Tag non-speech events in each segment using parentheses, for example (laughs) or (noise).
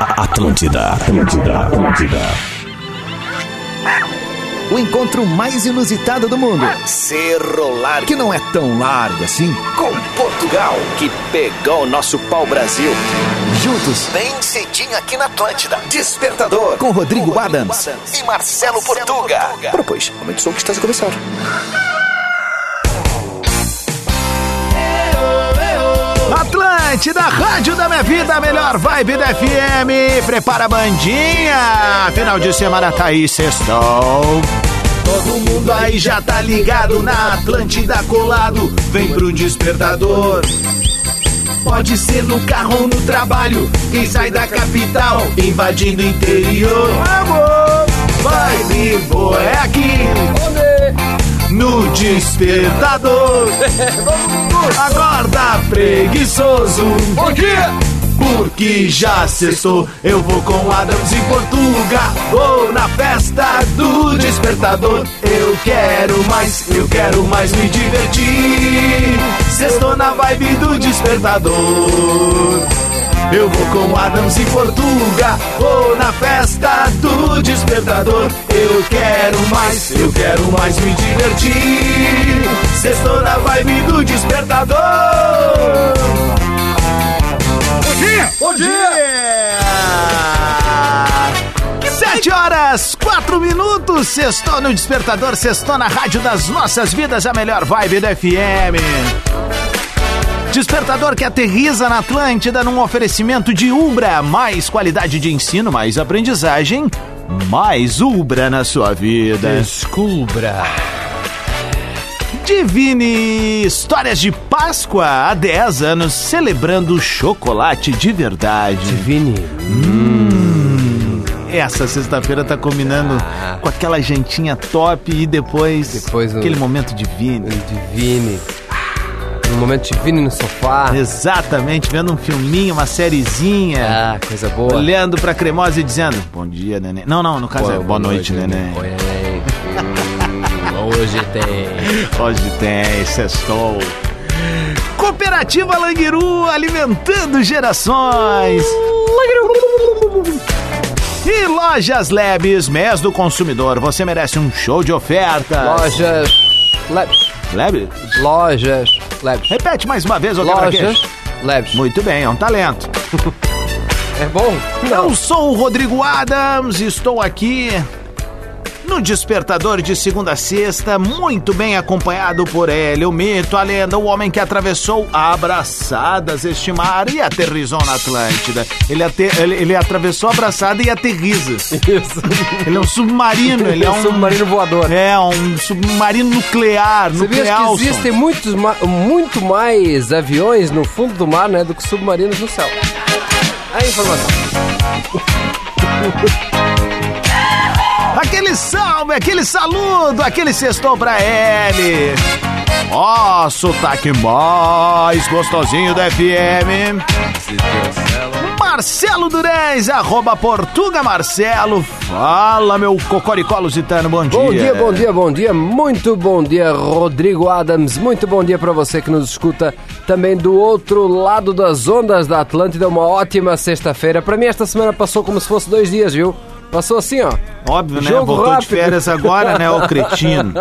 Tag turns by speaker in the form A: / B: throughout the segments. A: Atlântida, Atlântida, Atlântida.
B: O encontro mais inusitado do mundo.
C: Cerro Largo,
B: Que não é tão largo assim.
C: com Portugal, que pegou o nosso pau-brasil.
B: Juntos
C: Bem cedinho aqui na Atlântida. Despertador.
B: com Rodrigo Adams.
C: E Marcelo Portuga. Ora, pois, momento de som que está a começar.
B: Atlântida, Rádio da Minha Vida, a melhor vibe da FM. Prepara a bandinha. Final de semana tá aí, sextou. Todo mundo aí já tá ligado na Atlântida colado. Vem pro despertador. Pode ser no carro ou no trabalho. Quem sai da capital, invadindo o interior. Vamos! Vibe boa é aqui. No despertador. Acorda preguiçoso. Bom dia! Porque já cessou, eu vou com Adams em Portugal. Vou na festa do despertador. Eu quero mais, eu quero mais me divertir. Sextou na vibe do despertador. Eu vou com Adams e Portuga, vou na festa do despertador. Eu quero mais, eu quero mais me divertir. Sextou na vibe do despertador. Bom dia! Bom dia! Sete horas, quatro minutos, sextou no despertador, sextou na rádio das nossas vidas, a melhor vibe da FM. Despertador que aterriza na Atlântida num oferecimento de Umbra. Mais qualidade de ensino, mais aprendizagem, mais Umbra na sua vida.
D: Descubra.
B: Divine Histórias de Páscoa há 10 anos celebrando chocolate de verdade.
D: Vini.
B: Essa sexta-feira tá combinando com aquela jantinha top e depois,
D: Ah. Depois o-
B: aquele momento divino.
D: Divine. Um momento de Vini no sofá.
B: Exatamente, vendo um filminho, uma sériezinha.
D: Ah, coisa boa.
B: Olhando pra cremosa e dizendo: Bom dia, neném. Não, não, no caso
D: Boa-
B: é boa noite, neném.
D: Oi, neném. Hum, Hoje tem.
B: Hoje tem, sextou. Cooperativa Languiru alimentando gerações. E Lojas Lebes, mês do consumidor. Você merece um show de ofertas.
D: Lojas. Labs.
B: Lebes?
D: Lojas. Labs.
B: Repete mais uma vez, ô
D: Lojas.
B: Lojas.
D: Labs.
B: Muito bem, é um talento.
D: É bom?
B: Eu sou o Rodrigo Adams, estou aqui no Despertador de segunda a sexta, muito bem acompanhado por ele, o mito, a lenda, o homem que atravessou abraçadas este mar e aterrizou na Atlântida. Ele, ate- ele, ele atravessou abraçada e aterriza.
D: Isso.
B: Ele é um submarino,
D: (laughs)
B: ele é um...
D: submarino voador.
B: É, um submarino nuclear,
D: Sabias
B: nuclear.
D: que existem muitos ma- muito mais aviões no fundo do mar, né, do que submarinos no céu. É A informação.
B: Aquele salve, aquele saludo, aquele sextou pra ele. Ó, sotaque mais gostosinho da FM. Marcelo Durez, arroba Portuga Marcelo. Fala, meu cocoricó lusitano, bom dia.
D: Bom dia, bom dia, bom dia. Muito bom dia, Rodrigo Adams. Muito bom dia pra você que nos escuta também do outro lado das ondas da Atlântida. Uma ótima sexta-feira. Pra mim esta semana passou como se fosse dois dias, viu? Passou assim, ó.
B: Óbvio, né?
D: Jogo
B: Voltou de
D: rápido.
B: férias agora, né, ô
D: (laughs)
B: cretino.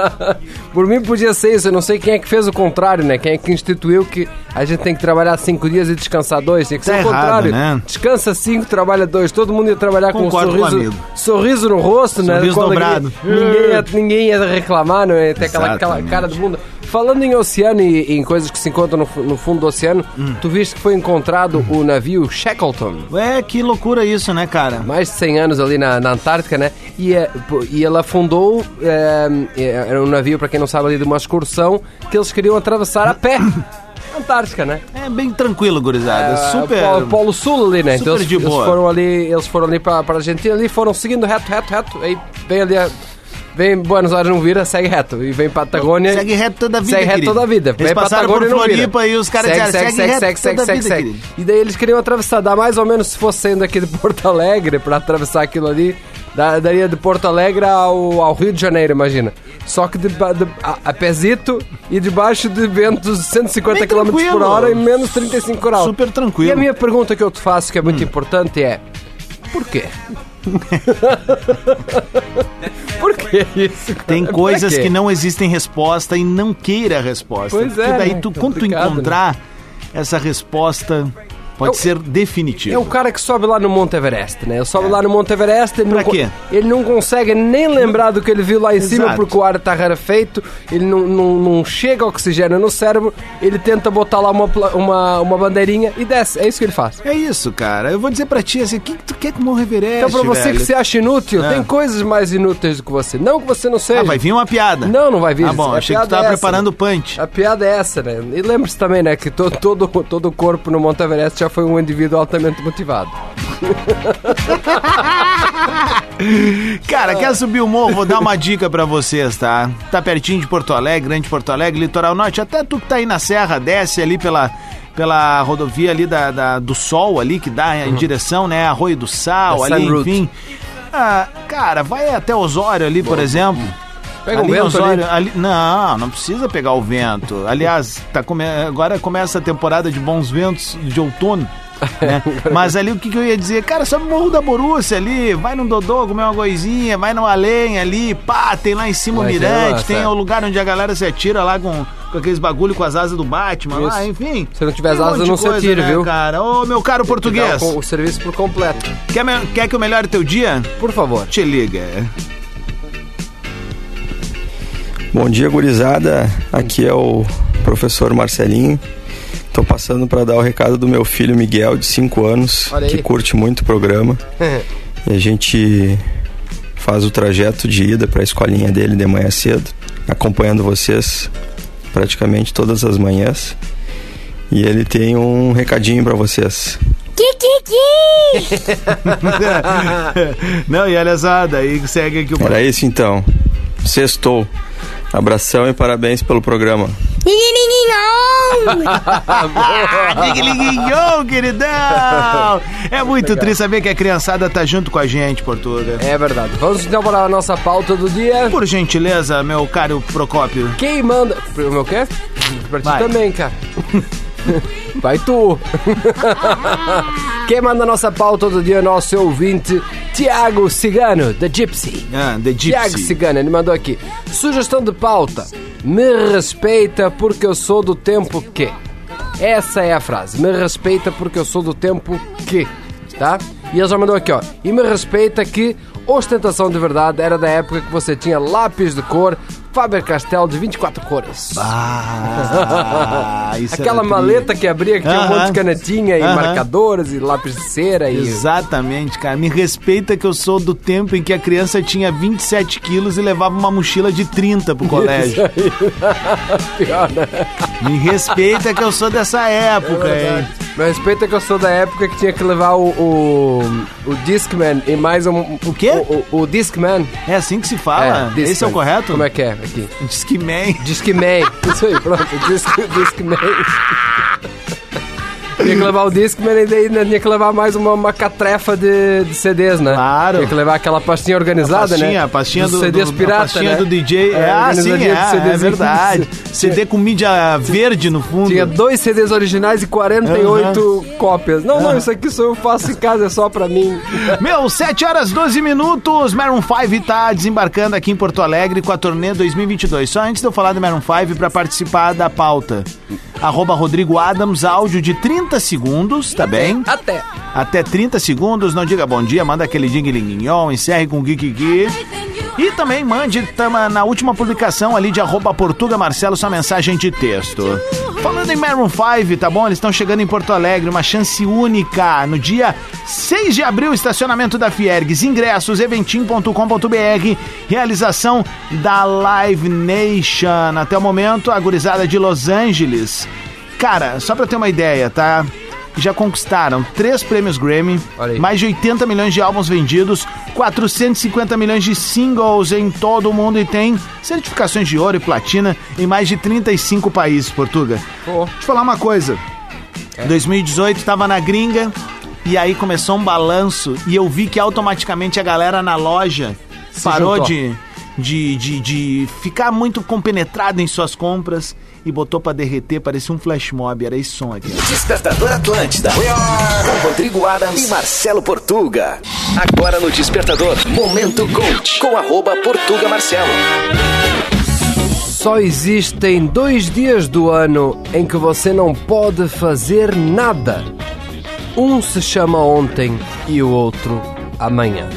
D: Por mim podia ser isso, eu não sei quem é que fez o contrário, né? Quem é que instituiu que a gente tem que trabalhar cinco dias e descansar dois? Tem que ser
B: Tá
D: o
B: errado,
D: contrário.
B: né?
D: Descansa cinco, trabalha dois. Todo mundo ia trabalhar
B: Concordo com
D: com um
B: o
D: sorriso,
B: amigo.
D: sorriso no rosto, né?
B: Sorriso
D: Quando
B: dobrado. É.
D: Ninguém, ninguém ia, ninguém ia reclamar, não é? Até aquela, aquela
B: Exatamente.
D: cara do mundo. Falando em oceano e, e em coisas que se encontram no, fu- no fundo do oceano,
B: Hum.
D: tu viste que foi encontrado o navio Shackleton.
B: Ué, É, que loucura isso, né, cara?
D: Mais de 100 anos ali na, na Antártica, né? E, é, pô, e ela fundou, é, é, era um navio, para quem não sabe, ali de uma excursão que eles queriam atravessar a pé. (coughs) Antártica, né?
B: É bem tranquilo, gurizada. É Super.
D: Ah, Polo, Polo Sul ali, né?
B: super
D: eles,
B: de
D: eles
B: boa.
D: foram ali, eles foram ali para a Argentina ali, foram seguindo reto, reto, reto. Aí vem ali, a- vem Buenos Aires não vira, segue reto e vem Patagônia.
B: Segue reto toda a vida,
D: né? Segue reto
B: querido.
D: toda a vida.
B: Eles
D: Vem
B: passaram
D: Patagônia
B: por
D: não vira.
B: Floripa e os caras
D: segue,
B: disseram,
D: segue,
B: "Segue
D: segue,
B: reto
D: segue,
B: toda
D: segue,
B: a
D: segue,
B: vida,
D: segue.
B: querido."
D: E daí eles queriam atravessar, dá mais ou menos se fosse saindo aqui de Porto Alegre pra atravessar aquilo ali. da- Daria de Porto Alegre ao, ao Rio de Janeiro, imagina. Só que de, ba- de- a, a pezito e debaixo de ventos de 150
B: Bem
D: km por
B: tranquilo.
D: hora e menos 35 por hora.
B: Super tranquilo. Hum.
D: E a minha pergunta que eu te faço, que é muito importante, é:
B: (laughs)
D: Porquê? Porquê isso? cara?
B: Tem
D: Pra
B: coisas
D: quê?
B: que não existem resposta e não queira a resposta.
D: Pois
B: porque
D: é,
B: daí
D: né?
B: tu, quando tu
D: Complicado,
B: encontrar essa resposta, pode
D: Eu-
B: ser definitiva.
D: É o cara que sobe lá no Monte Everest, né? Eu sobe lá no Monte Everest, ele
B: É. Pra
D: não, co-
B: quê?
D: ele não consegue nem lembrar do que ele viu lá em cima,
B: Exato.
D: porque o ar tá rarefeito, ele não, não, não chega oxigênio no cérebro, ele tenta botar lá uma, pla- uma, uma bandeirinha e desce. É isso que ele faz.
B: É isso, cara. Eu vou dizer pra ti assim, o que, que tu quer que morra Everest,
D: Então, pra você
B: velho?
D: que se acha inútil,
B: É.
D: tem coisas mais inúteis do que você. Não que você não seja.
B: Ah, vai vir uma piada.
D: Não, não vai vir.
B: Ah, bom,
D: A
B: achei que tu
D: piada
B: tava
D: é essa,
B: preparando o
D: né?
B: punch.
D: A piada é essa, né? E lembre-se também, né, que todo, todo, todo corpo no Monte Everest já foi um indivíduo altamente motivado.
B: Cara, quer subir o morro? Vou dar uma dica pra vocês, tá? Tá pertinho de Porto Alegre, Grande Porto Alegre, Litoral Norte. Até tu que tá aí na Serra, desce ali pela, pela rodovia ali da, da- do Sol ali, que dá em direção, né? Arroio do Sal,
D: Da
B: ali,
D: Sun Route.
B: enfim. Ah, cara, vai até Osório ali, por exemplo.
D: Pega
B: ali
D: um
B: em
D: vento ali.
B: Osório, ali- Não, não precisa pegar o vento. Aliás, tá come- agora começa a temporada de bons ventos de outono.
D: (laughs)
B: né? Mas ali o que, que eu ia dizer? Cara, sobe o Morro da Borússia ali, vai no Dodô comer uma coisinha, vai no Além ali, pá, tem lá em cima o
D: Mas é
B: Mirante,
D: massa.
B: tem o lugar onde a galera se atira lá com, com aqueles bagulho com as asas do Batman lá,
D: Isso.
B: enfim.
D: Se não tiver
B: Tem um
D: as
B: monte
D: asas,
B: de
D: não se
B: coisa,
D: atira,
B: né,
D: viu?
B: Cara, ô meu caro português,
D: Dá O, o serviço por completo.
B: quer, me- quer que eu melhore teu dia?
D: Por favor.
B: Te liga. (laughs)
E: Bom dia, gurizada. Aqui é o professor Marcelinho. Tô passando para dar o recado do meu filho Miguel, de 5 anos,
D: Olha aí.
E: que curte muito o programa.
D: (laughs)
E: E a gente faz o trajeto de ida para a escolinha dele de manhã cedo, acompanhando vocês praticamente todas as manhãs. E ele tem um recadinho para vocês.
B: Não, e alesada, aí segue aqui o
E: Era isso então. Sextou. Abração e parabéns pelo programa.
B: Liguinho, queridão! É muito triste saber que a criançada tá junto com a gente, Portuga.
D: É verdade. Vamos então para a nossa pauta do dia.
B: Por gentileza, meu caro Procópio.
D: Quem manda. O meu quê? Pra ti
B: Vai.
D: também, cara. (laughs) Vai tu! (laughs) Quem manda a nossa pauta do dia é nosso ouvinte, Tiago Cigano, da Gypsy.
B: Ah, The Gypsy.
D: Tiago Cigano, ele mandou aqui. Sugestão de pauta. Me respeita porque eu sou do tempo que. Essa é a frase. Me respeita porque eu sou do tempo que. Tá? E ele já mandou aqui, ó. E me respeita que ostentação de verdade era da época que você tinha lápis de cor, Faber Castell de 24 cores.
B: Ah, isso era
D: Aquela
B: triste.
D: maleta que abria que tinha um
B: Aham.
D: monte de canetinha e
B: Aham.
D: marcadores e lápis de cera e.
B: Exatamente, cara. Me respeita que eu sou do tempo em que a criança tinha 27 quilos e levava uma mochila de 30 pro colégio.
D: Pior, né?
B: Me respeita que eu sou dessa época, hein?
D: Me É respeita que eu sou da época que tinha que levar o, o, o Discman e mais um.
B: O quê?
D: O, o, o Discman.
B: É assim que se fala?
D: Discman.
B: Esse é o correto?
D: Como é que é? Aqui.
B: Diz que man. (laughs)
D: Discman. Isso aí, pronto. Disc, Discman. Tinha que levar o Discman e daí ainda tinha que levar mais uma, uma catrefa de, de CDs, né?
B: Claro.
D: Tinha que levar aquela pastinha organizada,
B: pastinha,
D: né?
B: A pastinha do,
D: Dos CDs
B: do- a
D: pirata,
B: pastinha
D: né?
B: do DJ. É, ah, sim,
D: organizadinha
B: é,
D: dos CDs.
B: é
D: (laughs)
B: verdade. CD com mídia verde no fundo.
D: Tinha dois CDs originais e 48 cópias. Não, não, isso aqui só eu faço em casa, é só pra mim.
B: Meu, 7 horas 12 minutos. Maroon 5 tá desembarcando aqui em Porto Alegre com a turnê 2022. Só antes de eu falar do Maroon 5 para participar da pauta. Arroba Rodrigo Adams, áudio de 30 segundos, tá bem?
D: (laughs) Até.
B: Até 30 segundos, não diga bom dia, manda aquele ding linguinhon, encerre com geek geek. E também mande tama, na última publicação ali de arroba Portuga Marcelo sua mensagem de texto. Falando em Maroon 5, tá bom? Eles estão chegando em Porto Alegre, uma chance única. No dia 6 de abril, estacionamento da Fiergues. Ingressos, eventim.com.br. Realização da Live Nation. Até o momento, a gurizada de Los Angeles. Cara, só pra ter uma ideia, tá? Já conquistaram três prêmios Grammy,
D: Olha aí.
B: mais de 80 milhões de álbuns vendidos, 450 milhões de singles em todo o mundo e tem certificações de ouro e platina em mais de 35 países, Portuga.
D: Pô. É.
B: Deixa eu falar uma coisa. 2018 tava na gringa e aí começou um balanço e eu vi que automaticamente a galera na loja parou
D: juntou.
B: de, de, de, de ficar muito compenetrada em suas compras e botou pra derreter, parecia um flash mob, era esse som aqui. ó.
C: Despertador Atlântida. Com Rodrigo Adams e Marcelo Portuga. Agora no Despertador, Momento Coach, com arroba Portuga Marcelo.
D: Só existem dois dias do ano em que você não pode fazer nada. Um se chama ontem e o outro amanhã.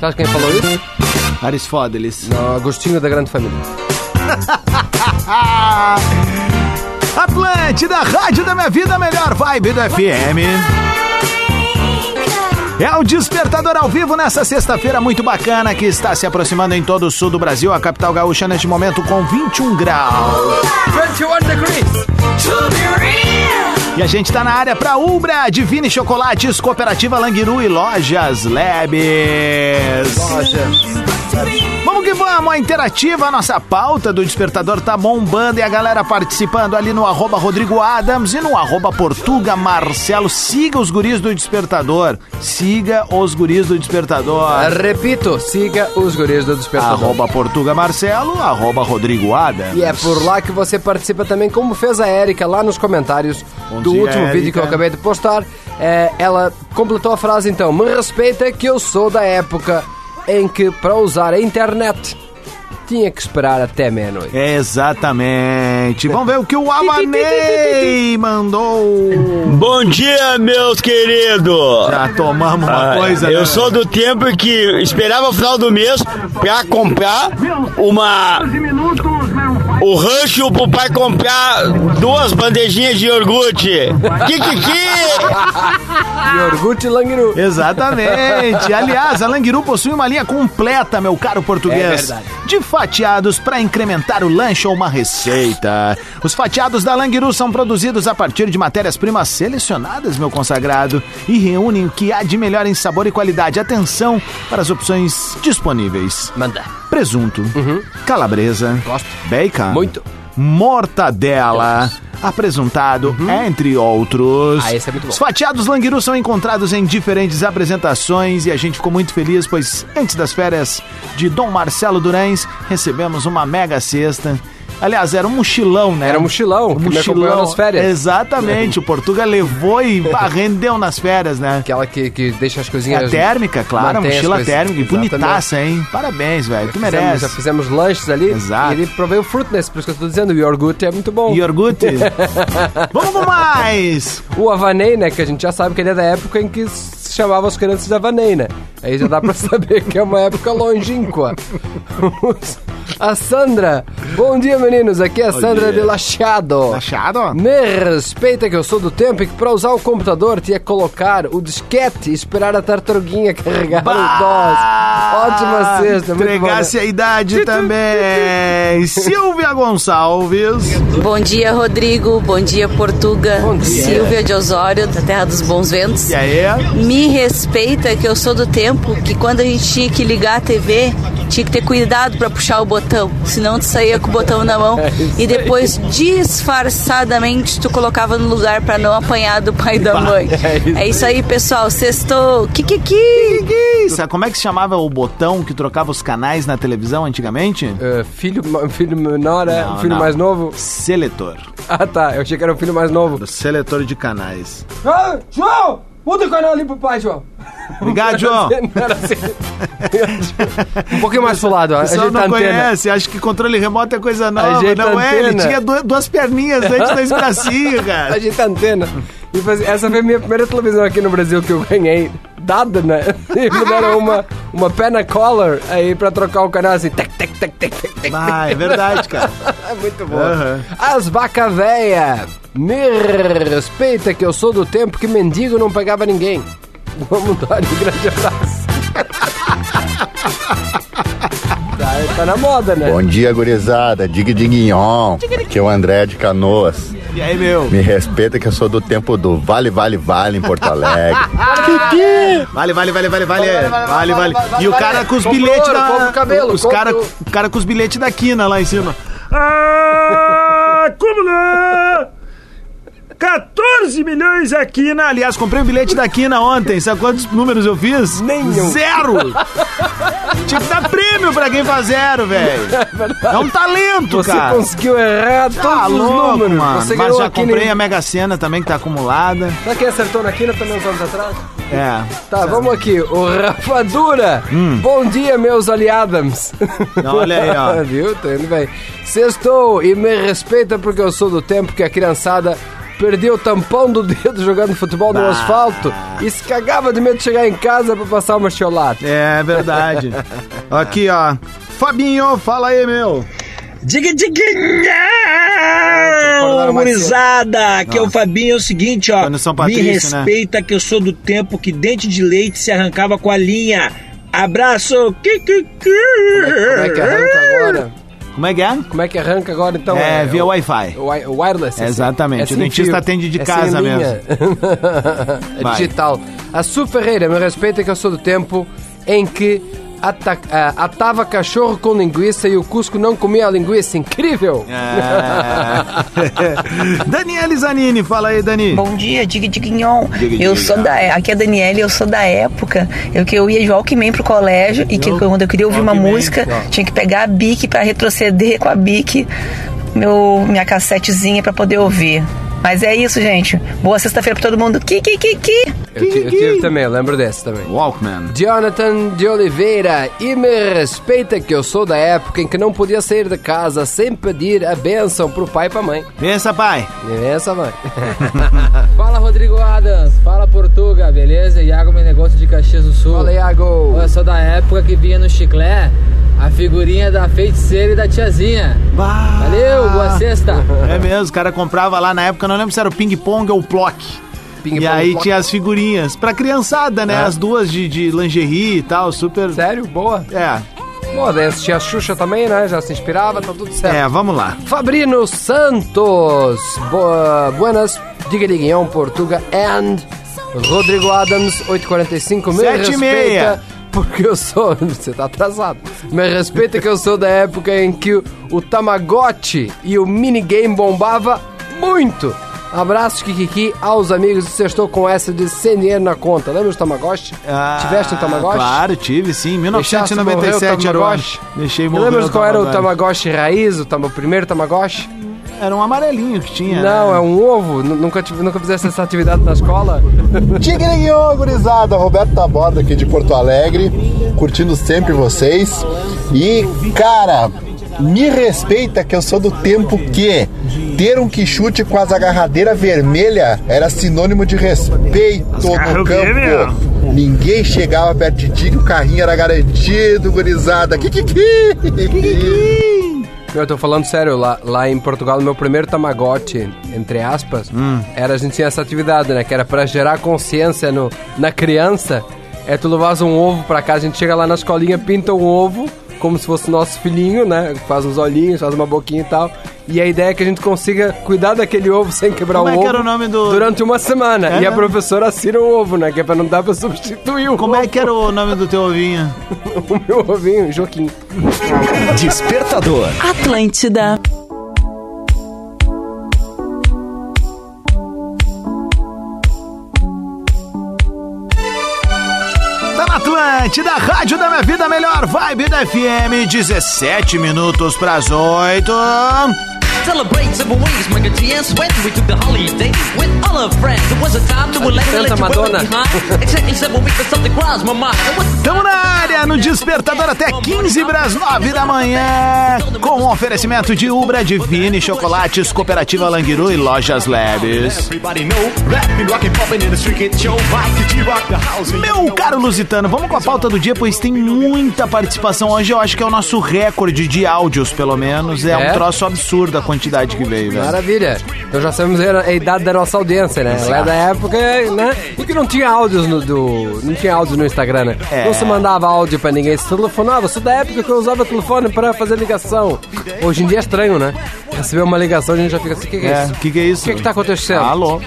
D: Sabes quem falou isso?
B: Arisfódeles.
D: Não, Agostinho da Grande Família.
B: Atlântida, Rádio da Minha Vida, a melhor vibe do FM. É o Despertador ao vivo nessa sexta-feira muito bacana que está se aproximando em todo o sul do Brasil, a capital gaúcha neste momento com 21 graus.
D: 21 degrees!
B: E a gente está na área para Umbra, Divine Chocolates, Cooperativa Languiru e Lojas Lebes. Vamos que vamos, a interativa, a nossa pauta do Despertador tá bombando e a galera participando ali no arroba Rodrigo Adams e no arroba Portuga Marcelo. Siga os guris do Despertador. Siga os guris do Despertador.
D: Repito, siga os guris do Despertador.
B: Arroba Portuga Marcelo, arroba Rodrigo Adams.
D: E é por lá que você participa também, como fez a Érica lá nos comentários
B: Bom
D: do
B: dia,
D: último vídeo que eu
B: Érica.
D: acabei de postar. É, ela completou a frase então: Me respeita que eu sou da época em que, para usar a internet, tinha que esperar até meia-noite.
B: Exatamente. Vamos ver o que o Avanei mandou.
F: Bom dia, meus queridos!
B: Já tomamos uma
F: Ah,
B: coisa.
F: eu
B: né?
F: sou do tempo que esperava o final do mês pra comprar uma. O rancho pro pai comprar duas bandejinhas de iogurte. Kikiki!
D: Iorguti Langiru.
B: Exatamente. Aliás, a Langiru possui uma linha completa, meu caro português.
D: É verdade.
B: de fatiados para incrementar o lanche ou uma receita. Os fatiados da Langiru são produzidos a partir de matérias-primas selecionadas, meu consagrado, e reúnem o que há de melhor em sabor e qualidade. Atenção para as opções disponíveis.
D: Manda. Uhum.
B: presunto, calabresa,
D: Gosto.
B: bacon,
D: Muito.
B: mortadela, apresuntado, entre outros.
D: Uhum. Ah, esse é muito bom.
B: Os fatiados languiru são encontrados em diferentes apresentações e a gente ficou muito feliz, pois antes das férias de Dom Marcelo Durães, recebemos uma mega cesta. Aliás, era um mochilão, né?
D: Era um mochilão, que me acompanhou nas férias.
B: Exatamente, o Portuga levou
D: (laughs)
B: e bah, rendeu nas férias, né?
D: Aquela que, que deixa as
B: É
D: coisinhas.
B: a térmica, claro, a
D: mantém as
B: mochila
D: coisas.
B: térmica. E
D: Exatamente.
B: bonitaça, hein? Parabéns, velho. Tu
D: Fizemos, já
B: merece.
D: fizemos lanches ali
B: Exato.
D: e ele provei o fruitness, por isso que eu estou dizendo, o iogurte é muito bom.
B: Iorgute. (laughs) Vamos com mais!
D: O Avanei, né? Que a gente já sabe que ele é da época em que se chamava as crianças de Avanei, né? Aí já dá pra (laughs) saber que é uma época longínqua. (laughs) a Sandra. Bom dia, meninos. Aqui é a Sandra de Lachado.
B: Achado?
D: Me respeita que eu sou do tempo e que pra usar o computador tinha que colocar o disquete e esperar a tartaruguinha carregar o DOS. Ótima sexta, muito
B: Ah!
D: né?
B: Entregasse a idade
D: (laughs)
B: também. Silvia Gonçalves.
G: Bom dia, Rodrigo. Bom dia, Portuga.
D: Bom dia.
G: Silvia de Osório, da Terra dos Bons Ventos.
B: E aí?
G: Me respeita que eu sou do tempo que quando a gente tinha que ligar a TV, tinha que ter cuidado pra puxar o botão, senão tu saía com o botão
D: (laughs)
G: na mão
D: É
G: e depois disfarçadamente tu colocava no lugar pra não apanhar do pai e
B: (laughs)
G: da mãe. É isso aí, pessoal. Sextou. Kikiki.
B: Isso, como é que se chamava o botão que trocava os canais na televisão antigamente?
D: bom. Eh, filho, ma- filho menor, é?
B: Não,
D: o filho
B: não.
D: mais novo?
B: Seletor.
D: Ah, tá. Eu achei que era o filho mais novo.
B: O seletor de canais.
D: Ah, João! Muda o canal ali pro pai, João. (laughs)
B: Obrigado, Ah, João.
D: Não era
B: (laughs)
D: assim. Um pouquinho mais pro lado, ó.
B: O pessoal
D: Ajeita a tá
B: não
D: antena.
B: conhece, acho que controle remoto é coisa nova.
D: Ajeita
B: não
D: a
B: é, ele
D: antena.
B: tinha du- duas perninhas antes
D: (laughs)
B: da espiracinha, cara.
D: Ajeita a tá antena. E faz- Essa foi a minha primeira televisão aqui no Brasil que eu ganhei. Dada, né? (laughs) E me deram uma, uma penna collar aí pra trocar o canal assim. Tec, tec, tec, tec, tec, tec.
B: Ah, é verdade, cara.
D: (laughs) É muito bom.
B: Aham.
D: As vaca véia. Me respeita que eu sou do tempo que mendigo não pagava ninguém. Vamos dar um
B: (laughs)
D: grande abraço. tá, tá na moda, né?
H: Bom dia, gurizada. Dig Diguinhon, que é o André de Canoas.
B: E aí, meu?
H: Me respeita que eu sou do tempo do Vale, Vale, Vale em Porto Alegre.
B: Vale, vale, vale, vale, vale.
D: Vale, vale,
B: Vale,
D: vale,
B: vale.
D: vale, vale,
B: E o
D: vale.
B: cara com os
D: Compra
B: bilhetes
D: ouro,
B: da.
D: compra o cabelo,
B: os
D: compra
B: cara,
D: o-
B: o cara com os bilhetes da quina lá em cima.
I: Ah, como não? 14 milhões aqui na.
B: um Aliás, comprei o bilhete da quina ontem. Sabe quantos números eu fiz?
D: Nenhum.
B: Zero! Tinha que dar prêmio pra quem faz zero, velho.
D: (laughs)
B: É um talento,
D: Você
B: cara.
D: conseguiu errar todos
B: Tá
D: os
B: louco,
D: números.
B: mano.
D: Você
B: Mas
D: ganhou
B: já
D: aqui
B: comprei
D: nem-
B: a Mega Sena também, que tá acumulada.
D: Sabe quem acertou na quina também uns anos atrás?
B: É.
D: Tá, vamos aqui. O Rafa Dura. Bom dia, meus aliados.
B: Hum. Não, olha aí, ó.
D: (laughs) Viu? Tá indo bem. Sextou e me respeita porque eu sou do tempo que a criançada perdeu o tampão do dedo jogando futebol no asfalto e se cagava de medo de chegar em casa pra passar uma cholada.
B: É verdade. (laughs) Aqui, ó. Fabinho, fala aí, meu.
J: Diga, diga,
D: Ah,
J: não, gurizada! Aqui é o Fabinho, é o seguinte, ó.
B: Foi no São
J: me
B: Patrício,
D: né?
J: respeita que eu sou do tempo que dente de leite se arrancava com a linha. Abraço! Ki, ki, ki.
D: Como é que arranca agora?
B: Como é que é?
D: Como é que arranca agora então?
B: É, via
D: o-
B: Wi-Fi.
D: o wi- o wireless. é assim.
B: Exatamente.
D: sem
B: O dentista atende de
D: é sem
B: casa
D: linha. (laughs)
B: mesmo. Vai.
D: É Digital. A Su Ferreira, me respeita que eu sou do tempo em que ata- ah, atava cachorro com linguiça e o Cusco não comia a linguiça. Incrível!
B: É. (laughs) Daniele Zanini, fala aí, Dani.
K: Bom dia, diga diguinhon.
B: Diga,
K: Eu
B: diga.
K: sou da aqui é a Daniela, eu sou da época eu que eu ia de Walkman pro colégio e que quando eu queria ouvir uma
B: Walkman,
K: música,
B: ó.
K: tinha que pegar a bique pra retroceder com a bique meu minha cassetezinha pra poder ouvir. Mas é isso, gente. Boa sexta-feira pra todo mundo. Ki ki ki ki.
D: Eu, ti- eu tive também, eu lembro dessa também.
B: Walkman.
D: Jonathan de Oliveira, e me respeita que eu sou da época em que não podia sair de casa sem pedir a benção pro pai e pra mãe.
B: Pensa, pai.
D: E Essa, mãe.
L: Fala Rodrigo
M: ah,
L: Adams, fala Portuga, beleza? Iago Menegotto de Caxias do Sul.
D: Fala, Iago.
L: Eu sou da época que vinha no chiclé a figurinha da feiticeira e da tiazinha. Valeu,
D: Ah.
L: boa sexta.
B: É mesmo, o cara comprava lá na época, não lembro se era o ping-pong ou o plock.
D: Ping
B: e
D: pong
B: aí
D: plock.
B: tinha as figurinhas pra criançada, né? As duas de, de lingerie e tal, super.
D: Sério? Boa.
B: É,
D: Boa, daí assistia a Xuxa também, né? Já se inspirava, tá tudo certo.
B: é, vamos lá.
D: Fabrino Santos, Boa, buenas, diga de guião, Portuga, and Rodrigo Adams, 8h45, me
B: Sete e meia.
D: respeita, porque eu sou, (laughs) você tá atrasado, me respeita que eu sou da época em que o, o Tamagotchi e o minigame bombava muito. Abraço, Kikiki, aos amigos do Sextou com essa de sem dinheiro na conta. Lembra os Tamagotchi?
B: Ah,
D: Tiveste um Tamagotchi?
B: Claro, tive, sim.
D: Deixaste morrer o
B: 1997 era o ano.
D: Tamagotchi?
B: Deixei morrer
D: Lembra
B: o
D: qual era o
B: Tamagotchi.
D: Tamagotchi raiz, o, tam- o primeiro Tamagotchi?
B: Era um amarelinho que tinha.
D: Não,
B: né?
D: é um ovo. Nu- Nunca, tive- nunca fizesse essa atividade na escola.
H: Tigrinho, gurizada, Roberto Taborda aqui de Porto Alegre, curtindo sempre vocês. E, cara, me respeita que eu sou do tempo que ter um quichute com as agarradeiras vermelha era sinônimo de respeito no
I: garro vermelho.
H: campo. Ninguém chegava perto de ti que o carrinho era garantido, gurizada. Kikiki!
D: Eu tô falando sério, lá, lá em Portugal, o meu primeiro tamagotchi, entre aspas,
B: Hum.
D: era a gente tinha essa atividade, né? Que era pra gerar consciência no, na criança. É tu levas um ovo pra cá, a gente chega lá na escolinha, pinta um ovo, como se fosse nosso filhinho, né? Faz uns olhinhos, faz uma boquinha e tal. E a ideia é que a gente consiga cuidar daquele ovo sem quebrar
B: Como
D: o
B: é que
D: um ovo.
B: era o nome do-
D: Durante uma semana.
B: É,
D: e a
B: né?
D: professora assina o ovo, né? Que é pra não dar pra substituir o
B: Como é que era o nome do teu ovinho?
D: o meu ovinho, Joaquim.
C: Despertador.
K: Atlântida.
B: Tá na Atlântida, Rádio da Minha Vida Melhor, Vibe da FM, 17 minutos pras 8.
N: Celebrate civil wings, make a GM sweat. We took the holiday with all our friends. It was a time to relax and let
D: Santa
N: your women
D: Madonna.
N: behind. Except, except when we for something crossed my mind. It was
B: Tamo na área, no Despertador até 15 pras 9 da manhã, com o oferecimento de Ubra Divine, Chocolates, Cooperativa Languiru e Lojas Leves.
C: Everybody know, rapping, rockin', poppin' in the street, get your vibe, get you rock the house. and you
B: Meu
C: know
B: caro Lusitano, vamos com a pauta do dia, pois tem muita participação hoje. Eu acho que é o nosso recorde de áudios, pelo menos. É,
D: É?
B: um troço absurdo a quantidade que veio, né? velho.
D: Maravilha. Então já sabemos a a idade da nossa audiência, né? Lá da época, né? Porque não tinha áudios no do, não tinha áudios no Instagram, né?
B: É.
D: Não se mandava áudio pra ninguém, se telefonava. Sou da época que eu usava telefone pra fazer ligação. Hoje em dia é estranho, né? Receber uma ligação a gente já fica assim, o que, que é,
B: É,
D: isso?
B: o que, que é isso?
D: O que, que tá acontecendo?
B: Alô?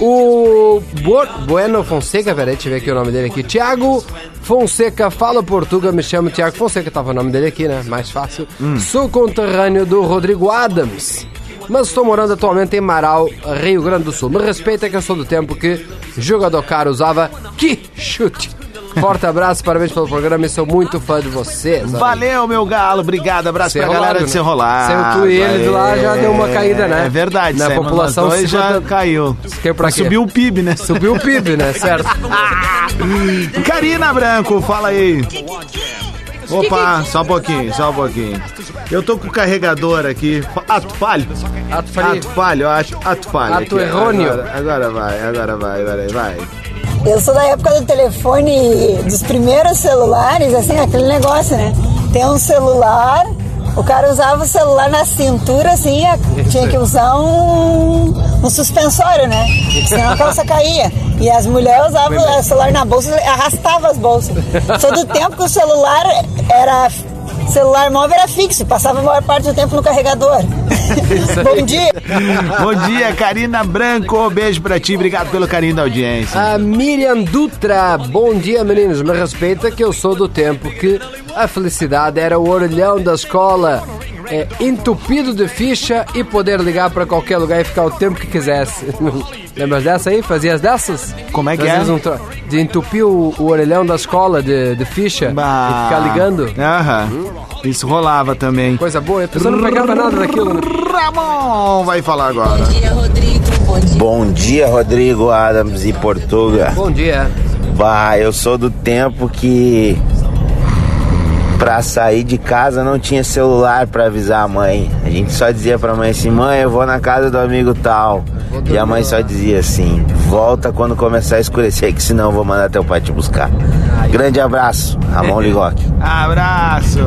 D: o Bo- Bueno Fonseca, peraí, deixa eu ver aqui o nome dele aqui. Tiago Fonseca, fala portuga, me chamo Tiago Fonseca, tava o nome dele aqui, né? Mais fácil. Sou conterrâneo do Rodrigo Adams. Mas estou morando atualmente em Marau, Rio Grande do Sul. Me respeita que eu sou do tempo que jogador caro usava que chute. Forte abraço, parabéns pelo programa. Eu sou muito fã de vocês.
B: Valeu, meu galo. Obrigado. Abraço pra
D: Cerrolado,
B: galera de
D: né?
B: Serrolar.
D: Sem o tu e ele
B: Valeu.
D: lá já deu uma caída, né?
B: É verdade.
D: Na
B: Simon,
D: população
B: nós dois já
D: 50
B: caiu.
D: Caiu pra
B: Mas
D: quê?
B: Subiu o PIB, né?
D: Subiu o PIB, né? Certo. (laughs)
B: Karina Branco, fala aí. Opa, só um pouquinho, só um pouquinho. Eu tô com o carregador aqui. Ato falho.
D: Ato falho.
B: Ato falho, eu acho. Ato falho.
D: Ato
B: aqui.
D: errôneo.
B: Agora, agora vai, agora vai, agora
D: (laughs)
B: vai.
O: Eu sou da época do telefone, dos primeiros celulares, assim, aquele negócio, né? Tem um celular, o cara usava o celular na cintura, assim, a- tinha que usar um, um suspensório, né? Senão a calça caía. E as mulheres usavam o celular na bolsa e arrastavam as bolsas. Todo tempo que o celular era. Celular móvel era fixo, passava a maior parte do tempo no carregador. Bom dia!
B: Bom dia, Karina Branco. Beijo pra ti, obrigado pelo carinho da audiência.
D: A Miriam Dutra, bom dia meninos, me respeita que eu sou do tempo que a felicidade era o orelhão da escola, é, entupido de ficha e poder ligar para qualquer lugar e ficar o tempo que quisesse. (laughs) Lembras dessa aí? Fazias dessas?
B: Como é que é?
D: Fazias um tro- de entupir o, o orelhão da escola de, de ficha e ficar ligando.
B: Aham.
P: Uhum.
B: Isso rolava também.
D: Coisa boa, a pessoa não pegava nada daquilo. Né?
B: Ramon vai falar agora.
P: Bom dia, Rodrigo Adams e Portuga.
D: Bom dia.
P: Bah, eu sou do tempo que pra sair de casa não tinha celular pra avisar a mãe. A gente só dizia pra mãe assim: "Mãe, eu vou na casa do amigo tal". E a mãe só dizia assim: "Volta quando começar a escurecer, que senão eu vou mandar teu pai te buscar". Grande abraço, Ramon Ligoc.
B: (laughs) Abraço.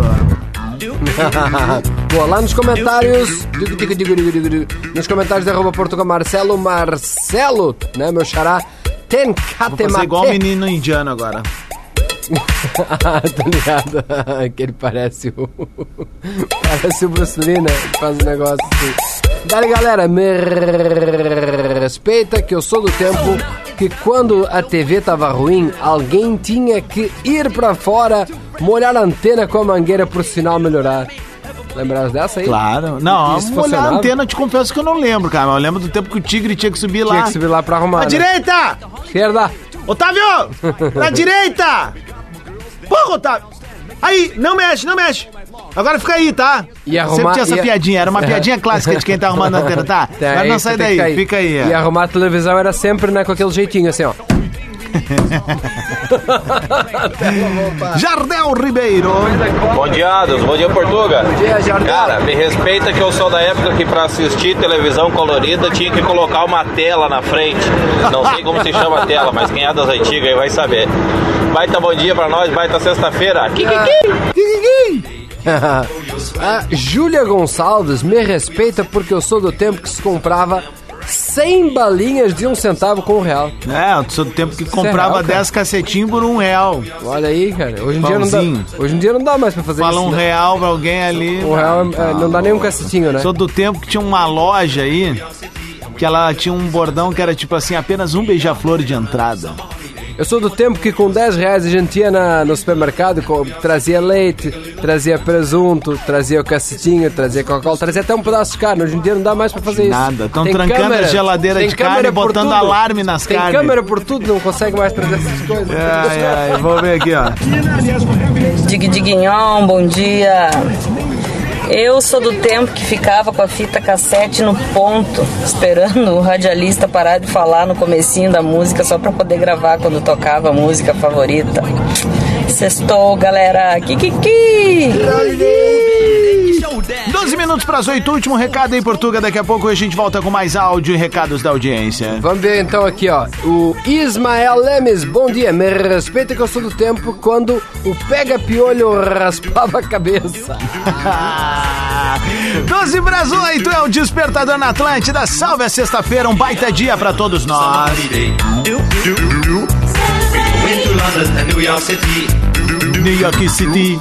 D: Boa, lá nos comentários. digo, digo, digo, digo, digo, digo, Nos comentários da arroba Portugal Marcelo. Marcelo, né, meu xará? Tem
B: Vou fazer é igual o
D: catemate.
B: menino indiano agora.
D: (laughs) ah, tô ligado. (laughs) que ele parece o. parece o Bruce Lee, né? Que faz um negócio assim. Dale, galera, me respeita que eu sou do tempo que quando a TV tava ruim, alguém tinha que ir pra fora, molhar a antena com a mangueira pro sinal melhorar. Lembraram dessa aí?
B: Claro. Não,
D: Isso
B: molhar a
D: funcionava?
B: antena, eu te confesso que eu não lembro, cara. Mas eu lembro do tempo que o tigre tinha que subir lá.
D: Tinha que subir lá pra arrumar.
B: Pra
D: né?
B: direita!
D: Esquerda!
B: Otávio! Pra direita! Porra, Otávio! Aí, não mexe, não mexe! Agora fica aí, tá?
D: E arrumar-
B: Sempre tinha essa
D: e-
B: piadinha, era uma
D: (laughs)
B: piadinha clássica de quem tá arrumando a antena, tá?
D: Tá,
B: Agora não
D: isso,
B: sai
D: tem que
B: daí,
D: cair.
B: fica aí. é. ó.
D: E arrumar a televisão era sempre né, com aquele jeitinho, assim, ó.
B: Jardel Ribeiro.
Q: Bom dia, Adams. Bom dia, Portuga. Bom
D: dia, Jardel. (laughs)
Q: Cara, me respeita que eu sou da época que pra assistir televisão colorida tinha que colocar uma tela na frente. Não sei como se chama a tela, mas quem é das antigas aí vai saber. Baita bom dia pra nós, baita sexta-feira.
D: a Júlia Gonçalves me respeita porque eu sou do tempo que se comprava 100 balinhas de um centavo com um real.
B: É, eu sou do tempo que comprava 10 cacetinhos por um real.
D: Olha aí, cara. Hoje em, dia não dá, hoje em dia não dá mais pra fazer
B: Fala
D: isso.
B: um
D: né?
B: real pra alguém ali.
D: Um real é- é, não dá nenhum cacetinho, né?
B: Sou do tempo que tinha uma loja aí que ela tinha um bordão que era tipo assim, apenas um beija-flor de entrada.
D: Eu sou do tempo que com 10 reais a gente ia na- no supermercado, co- trazia leite, trazia presunto, trazia o cacetinho, trazia Coca-Cola, trazia até um pedaço de carne. Hoje em dia não dá mais pra fazer isso.
B: Nada. Tão
D: Tem
B: trancando
D: câmera,
B: a geladeira
D: tem
B: de carne
D: câmera
B: e
D: por
B: botando
D: tudo.
B: alarme nas
D: tem
B: carnes.
D: Tem câmera por tudo, não consegue mais trazer essas coisas.
B: Ai, ai, vamos ver aqui, ó.
R: Dig Diguinhon, bom dia. Eu sou do tempo que ficava com a fita cassete no ponto, esperando o radialista parar de falar no comecinho da música só pra poder gravar quando tocava a música favorita. Sextou, galera. Kikiki!
B: 12 minutos para as 8, último recado aí, Portuga. Daqui a pouco a gente volta com mais áudio e recados da
D: (laughs)
B: audiência.
D: Vamos ver então aqui, ó. O Ismael Lemes, bom dia. Me respeita que eu sou do tempo quando o pega-piolho raspava a cabeça.
B: 12 para as 8 é o Despertador na Atlântida. Salve a sexta-feira, um baita dia para todos nós. New York City.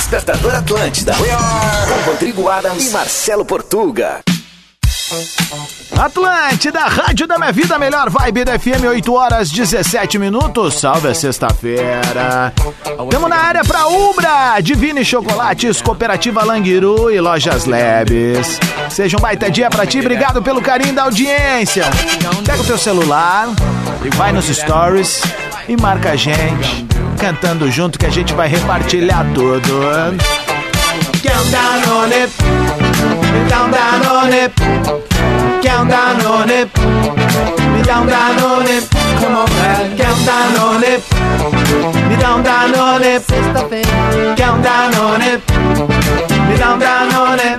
C: Despertador Atlântida. Com Rodrigo Rodrigo Adams e Marcelo Portuga.
B: Atlântida, Rádio da Minha Vida, melhor vibe da FM, 8 horas 17 minutos. Salve a sexta-feira. Tamo na área pra Umbra, Divine Chocolates, Cooperativa Languiru e Lojas Labs. Seja um baita dia pra ti, obrigado pelo carinho da audiência. Pega o teu celular, vai nos stories e marca a gente, cantando junto que a gente vai repartilhar tudo.
S: Quer um Danone? Me dá um Danone. Quer um Danone? Me dá um Danone. Come on, man. Quer um Danone? Me dá um Danone. Sexta-feira. Quer um Danone? Me dá um Danone.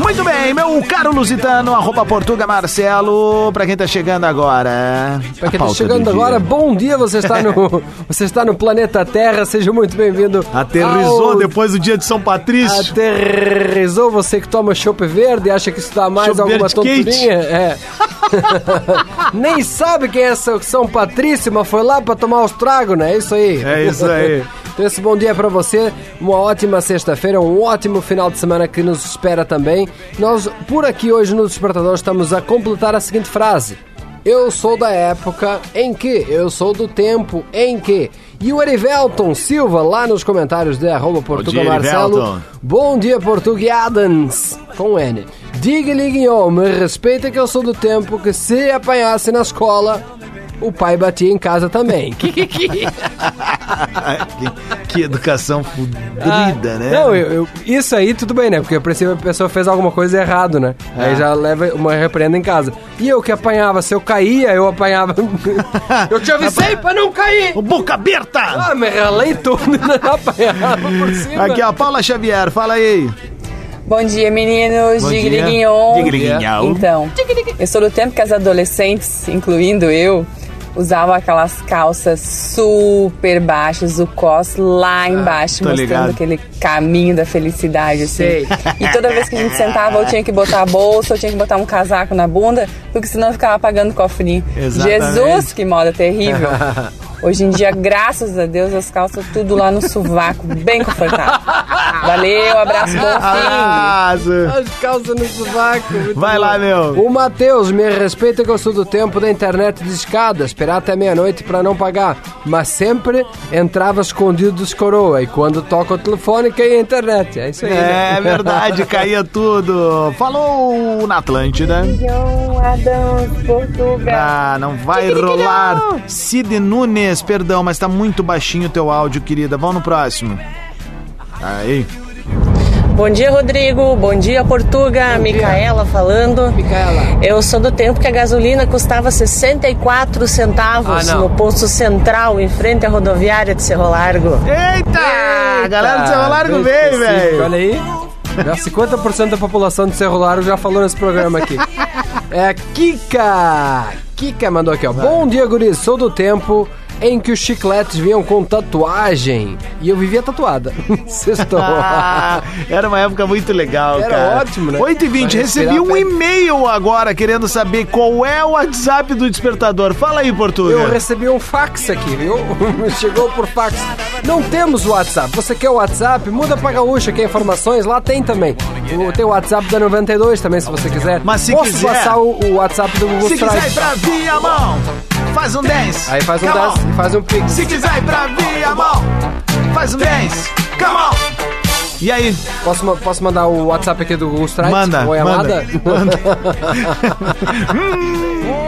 B: Muito bem, meu caro Lusitano, arroba Portuga Marcelo, pra quem tá chegando agora.
D: Pra quem
B: a
D: tá
B: pauta
D: chegando
B: do dia.
D: agora, bom dia, você está no, (laughs) você está no planeta Terra, seja muito bem-vindo.
B: Aterrizou
D: depois do dia de São Patrício. Aterrizou você que toma chopp verde, acha que isso dá mais
B: Chopp
D: alguma
B: verde quente.
D: tonturinha? É. (laughs) Nem sabe quem é São São Patrício, mas foi lá pra tomar os tragos, né? É isso aí.
B: É isso aí.
D: (laughs) Então, esse bom dia pra você, uma ótima sexta-feira, um ótimo final de semana que nos espera também. Nós, por aqui hoje no Despertador, estamos a completar a seguinte frase: Eu sou da época em que, eu sou do tempo em que. E o Erivelton Silva, lá nos comentários de arroba Portuga
B: dia,
D: Marcelo.
B: Erivelton.
D: Bom dia, Portuga Adams, com N. Diga-lhe, Guignon, me respeita que eu sou do tempo que se apanhasse na escola, o pai batia em casa também.
B: que, que educação fudrida, né?
D: Ah, Não, eu, eu- isso aí tudo bem, né? Porque a princípio a pessoa fez alguma coisa errado, né?
B: É.
D: Aí já leva uma repreenda em casa. E eu que apanhava, se eu caía, eu
B: (laughs)
D: apanhava. eu te avisei pra não cair!
B: Boca aberta!
D: Ah, me ralei tudo e não né? (laughs) apanhava por cima.
B: Aqui, ó, Paula Xavier, fala aí.
M: Bom dia, meninos.
B: Bom
M: Digre
B: dia. Tá
M: Guignon.
B: Digre Guignon.
M: Então, eu sou do tempo que as adolescentes, incluindo eu, usavam aquelas calças super baixas, o cos
B: Ah.
M: lá embaixo,
T: tô
M: mostrando
T: ligado.
M: aquele caminho da felicidade, assim.
T: Sei.
M: E toda vez que a gente sentava, eu tinha que botar a bolsa, eu tinha que botar um casaco na bunda, porque senão eu ficava pagando o cofrinho.
T: Exatamente.
M: Jesus, que moda terrível. Hoje em dia, graças a Deus, as calças tudo lá no sovaco, bem confortável. Valeu, abraço, bom
B: Ah.
M: fim.
D: As calças no sovaco.
B: É. Vai lá, meu.
D: O Matheus, me respeita que eu sou do tempo da internet de escada, esperar até meia-noite pra não pagar. Mas sempre entrava escondido dos coroa. E quando toca o telefone, cai a internet. É isso aí. né?
B: É verdade, caía tudo. Falou na Atlântida.
T: Adams, Portugal.
B: Ah, não vai
T: Tiquiriquirão.
B: rolar. Cid Nunes, perdão, mas tá muito baixinho o teu áudio, querida. Vamos no próximo. Aí.
T: Bom dia, Rodrigo. Bom dia, Portuga. Micaela falando.
D: Micaela.
T: Eu sou do tempo que a gasolina custava 64 centavos
B: Ah, não.
T: no posto central, em frente à rodoviária de Cerro Largo.
B: Eita!
T: A
B: galera do Cerro Largo
D: bem
B: veio,
D: específico,
B: velho.
D: Olha aí. Já 50% da população de Cerro Largo já falou nesse programa aqui. É a Kika. Kika mandou aqui, ó. Bom dia, guris. Sou do tempo em que os chicletes vinham com tatuagem. E eu vivia tatuada. (laughs) Sextou.
B: Ah, (laughs) era uma época muito legal,
D: Era
B: cara.
D: ótimo, né?
B: 8 e 20
D: Vai
B: recebi
D: respirar
B: um e-mail agora querendo saber qual é o WhatsApp do despertador. Fala aí, Portuga.
D: Eu recebi um fax aqui, viu? (laughs) Chegou por fax. Não temos WhatsApp. Você quer o WhatsApp? Muda pra Gaúcha, quer informações? Lá tem também. O- Tem o WhatsApp da 92 também, se você quiser. Mas
B: se
D: Posso
B: quiser-
D: passar o, o WhatsApp do Google
B: Se quiser ir
D: Drive?
B: pra via mão, faz um 10.
D: Aí faz um
B: Come
D: 10
B: on.
D: e faz um pix.
B: Se quiser ir pra via mão, faz um 10. Come on. E aí?
D: Posso, ma- posso mandar o WhatsApp aqui do é Google Strike?
B: Manda,
D: Oi,
B: manda,
D: amada? (laughs)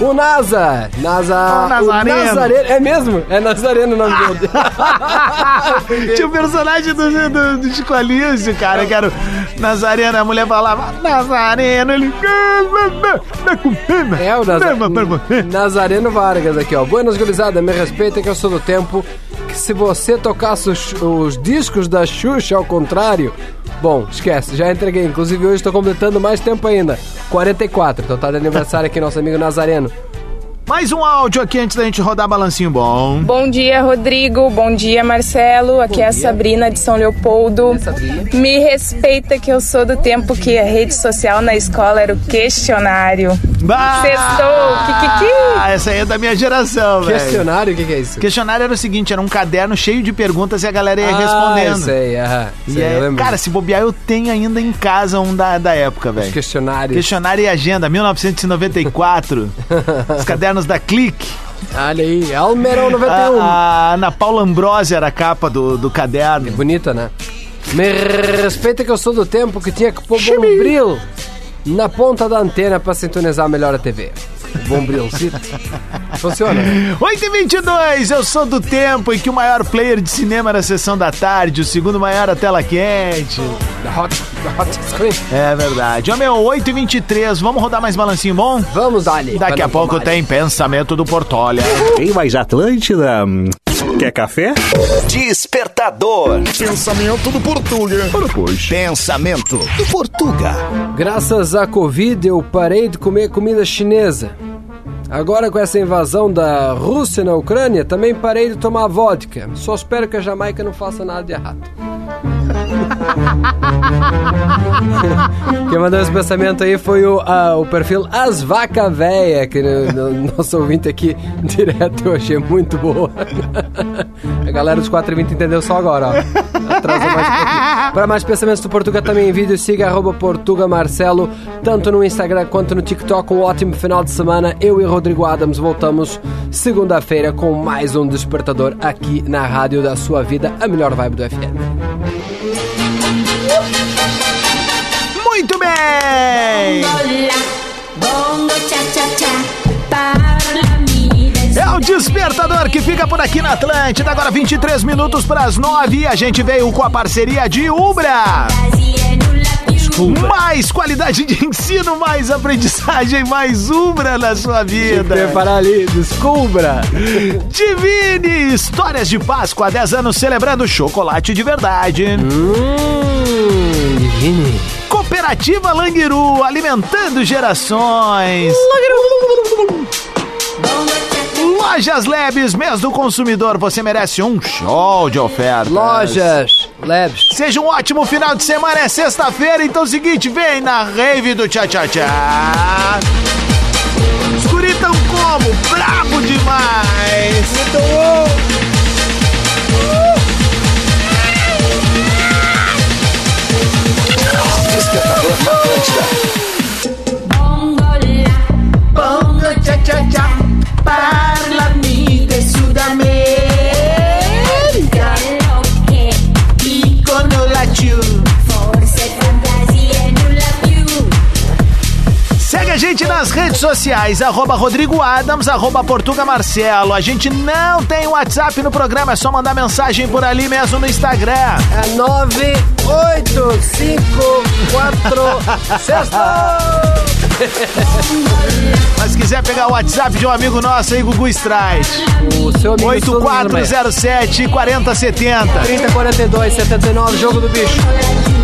D: o NASA! NASA!
B: Hum. É O Nazareno. Ah,
D: Nazareno. É mesmo? É Nazareno o nome dele.
B: Tinha o personagem do, do, do Chico Anísio, cara, que era o Nazareno, a mulher falava, Nazareno, ele.
D: (laughs)
B: (laughs)
D: É o Nazareno. Nazareno Vargas aqui, ó. Buenas gurizada, me respeita que eu sou do tempo que se você tocasse os, os discos da Xuxa ao contrário. Bom, esquece, já entreguei. Inclusive hoje estou completando mais tempo ainda. 44. Então tá de aniversário aqui nosso amigo Nazareno.
B: Mais um áudio aqui antes da gente rodar balancinho bom.
M: Bom dia, Rodrigo. Bom dia, Marcelo. Aqui é a Sabrina de São Leopoldo. Me respeita que eu sou do tempo que a rede social na escola era o questionário. Sextou, kikiki.
B: Ah, essa aí é da minha geração, velho.
D: Questionário? O que, que é isso?
B: Questionário era o seguinte, era um caderno cheio de perguntas e a galera ia é respondendo.
D: Ah, Eu sei, aham.
B: E
D: Sei,
B: aí,
D: eu lembro.
B: cara, se bobear, eu tenho ainda em casa um da, da época, velho.
D: Questionários.
B: Questionário e agenda,
D: (laughs)
B: 1994. os cadernos da Clique.
D: Olha aí,
B: Ah,
D: Almerão 91.
B: A, a Ana Paula Ambrosi era a capa do, do caderno.
D: bonita, né? Me respeita que eu sou do tempo que tinha que pôr bombril na ponta da antena para sintonizar melhor a TV.
B: (laughs)
D: Bombrilzito. Funciona.
B: 8h22, eu sou do tempo em que o maior player de cinema era a sessão da tarde, o segundo maior a tela quente.
D: Hot, hot screen.
B: É verdade. Ó, meu, 8h23, vamos rodar mais balancinho bom?
D: Vamos, Dali.
B: Daqui a
D: Vamos,
B: pouco
D: Dali.
B: tem Pensamento do Portolha.
U: Tem mais Atlântida? Quer café?
C: Despertador.
S: Pensamento do Portuga. Pensamento do Portuga.
D: Graças à Covid, eu parei de comer comida chinesa. Agora, com essa invasão da Rússia na Ucrânia, também parei de tomar vodka. Só espero que a Jamaica não faça nada de errado. Quem mandou esse pensamento aí foi o, ah, o perfil As Vaca Véia, que no- no- nosso ouvinte aqui (laughs) direto eu achei muito boa. (laughs) A galera dos 4h20 entendeu só agora, ó. Atrasa mais um pouquinho. Para mais pensamentos do Portuga também em vídeo, siga arroba Portuga Marcelo, tanto no Instagram quanto no TikTok. Um ótimo final de semana. Eu e Rodrigo Adams voltamos segunda-feira com mais um Despertador aqui na Rádio da Sua Vida, a melhor vibe do FM.
B: Muito bem! É o despertador que fica por aqui na Atlântida, agora 23 minutos para as 9 e a gente veio com a parceria de Ubra. Mais qualidade de ensino, mais aprendizagem, mais Ubra na sua vida.
D: Preparar ali, descubra.
B: Divine Histórias de Páscoa, 10 anos celebrando chocolate de verdade.
D: Hum, divine.
B: Cooperativa Langiru, alimentando gerações. Lojas Labs, mês do consumidor, você merece um show de ofertas.
D: Lojas Labs.
B: Seja um ótimo final de semana, é sexta-feira, então é o seguinte, vem na rave do Tchá Tchá Tchá. Os guri tão como? Brabo demais! Muito
C: Despertador na Atlântida.
S: Bongo cha cha cha, parlami de Sudamerica. Icono la ciu. Forse fantasia nulla più.
B: Segue a gente nas redes sociais, arroba Rodrigo Adams, arroba Portuga Marcelo. A gente não tem WhatsApp no programa, é só mandar mensagem por ali mesmo no Instagram.
D: É 9, 8, 5, 4, (laughs)
B: Mas se quiser pegar o WhatsApp de um amigo nosso aí, Gugu Strike.
D: O seu amigo
B: 8407 4070.
D: 30, 42, 79, jogo do bicho.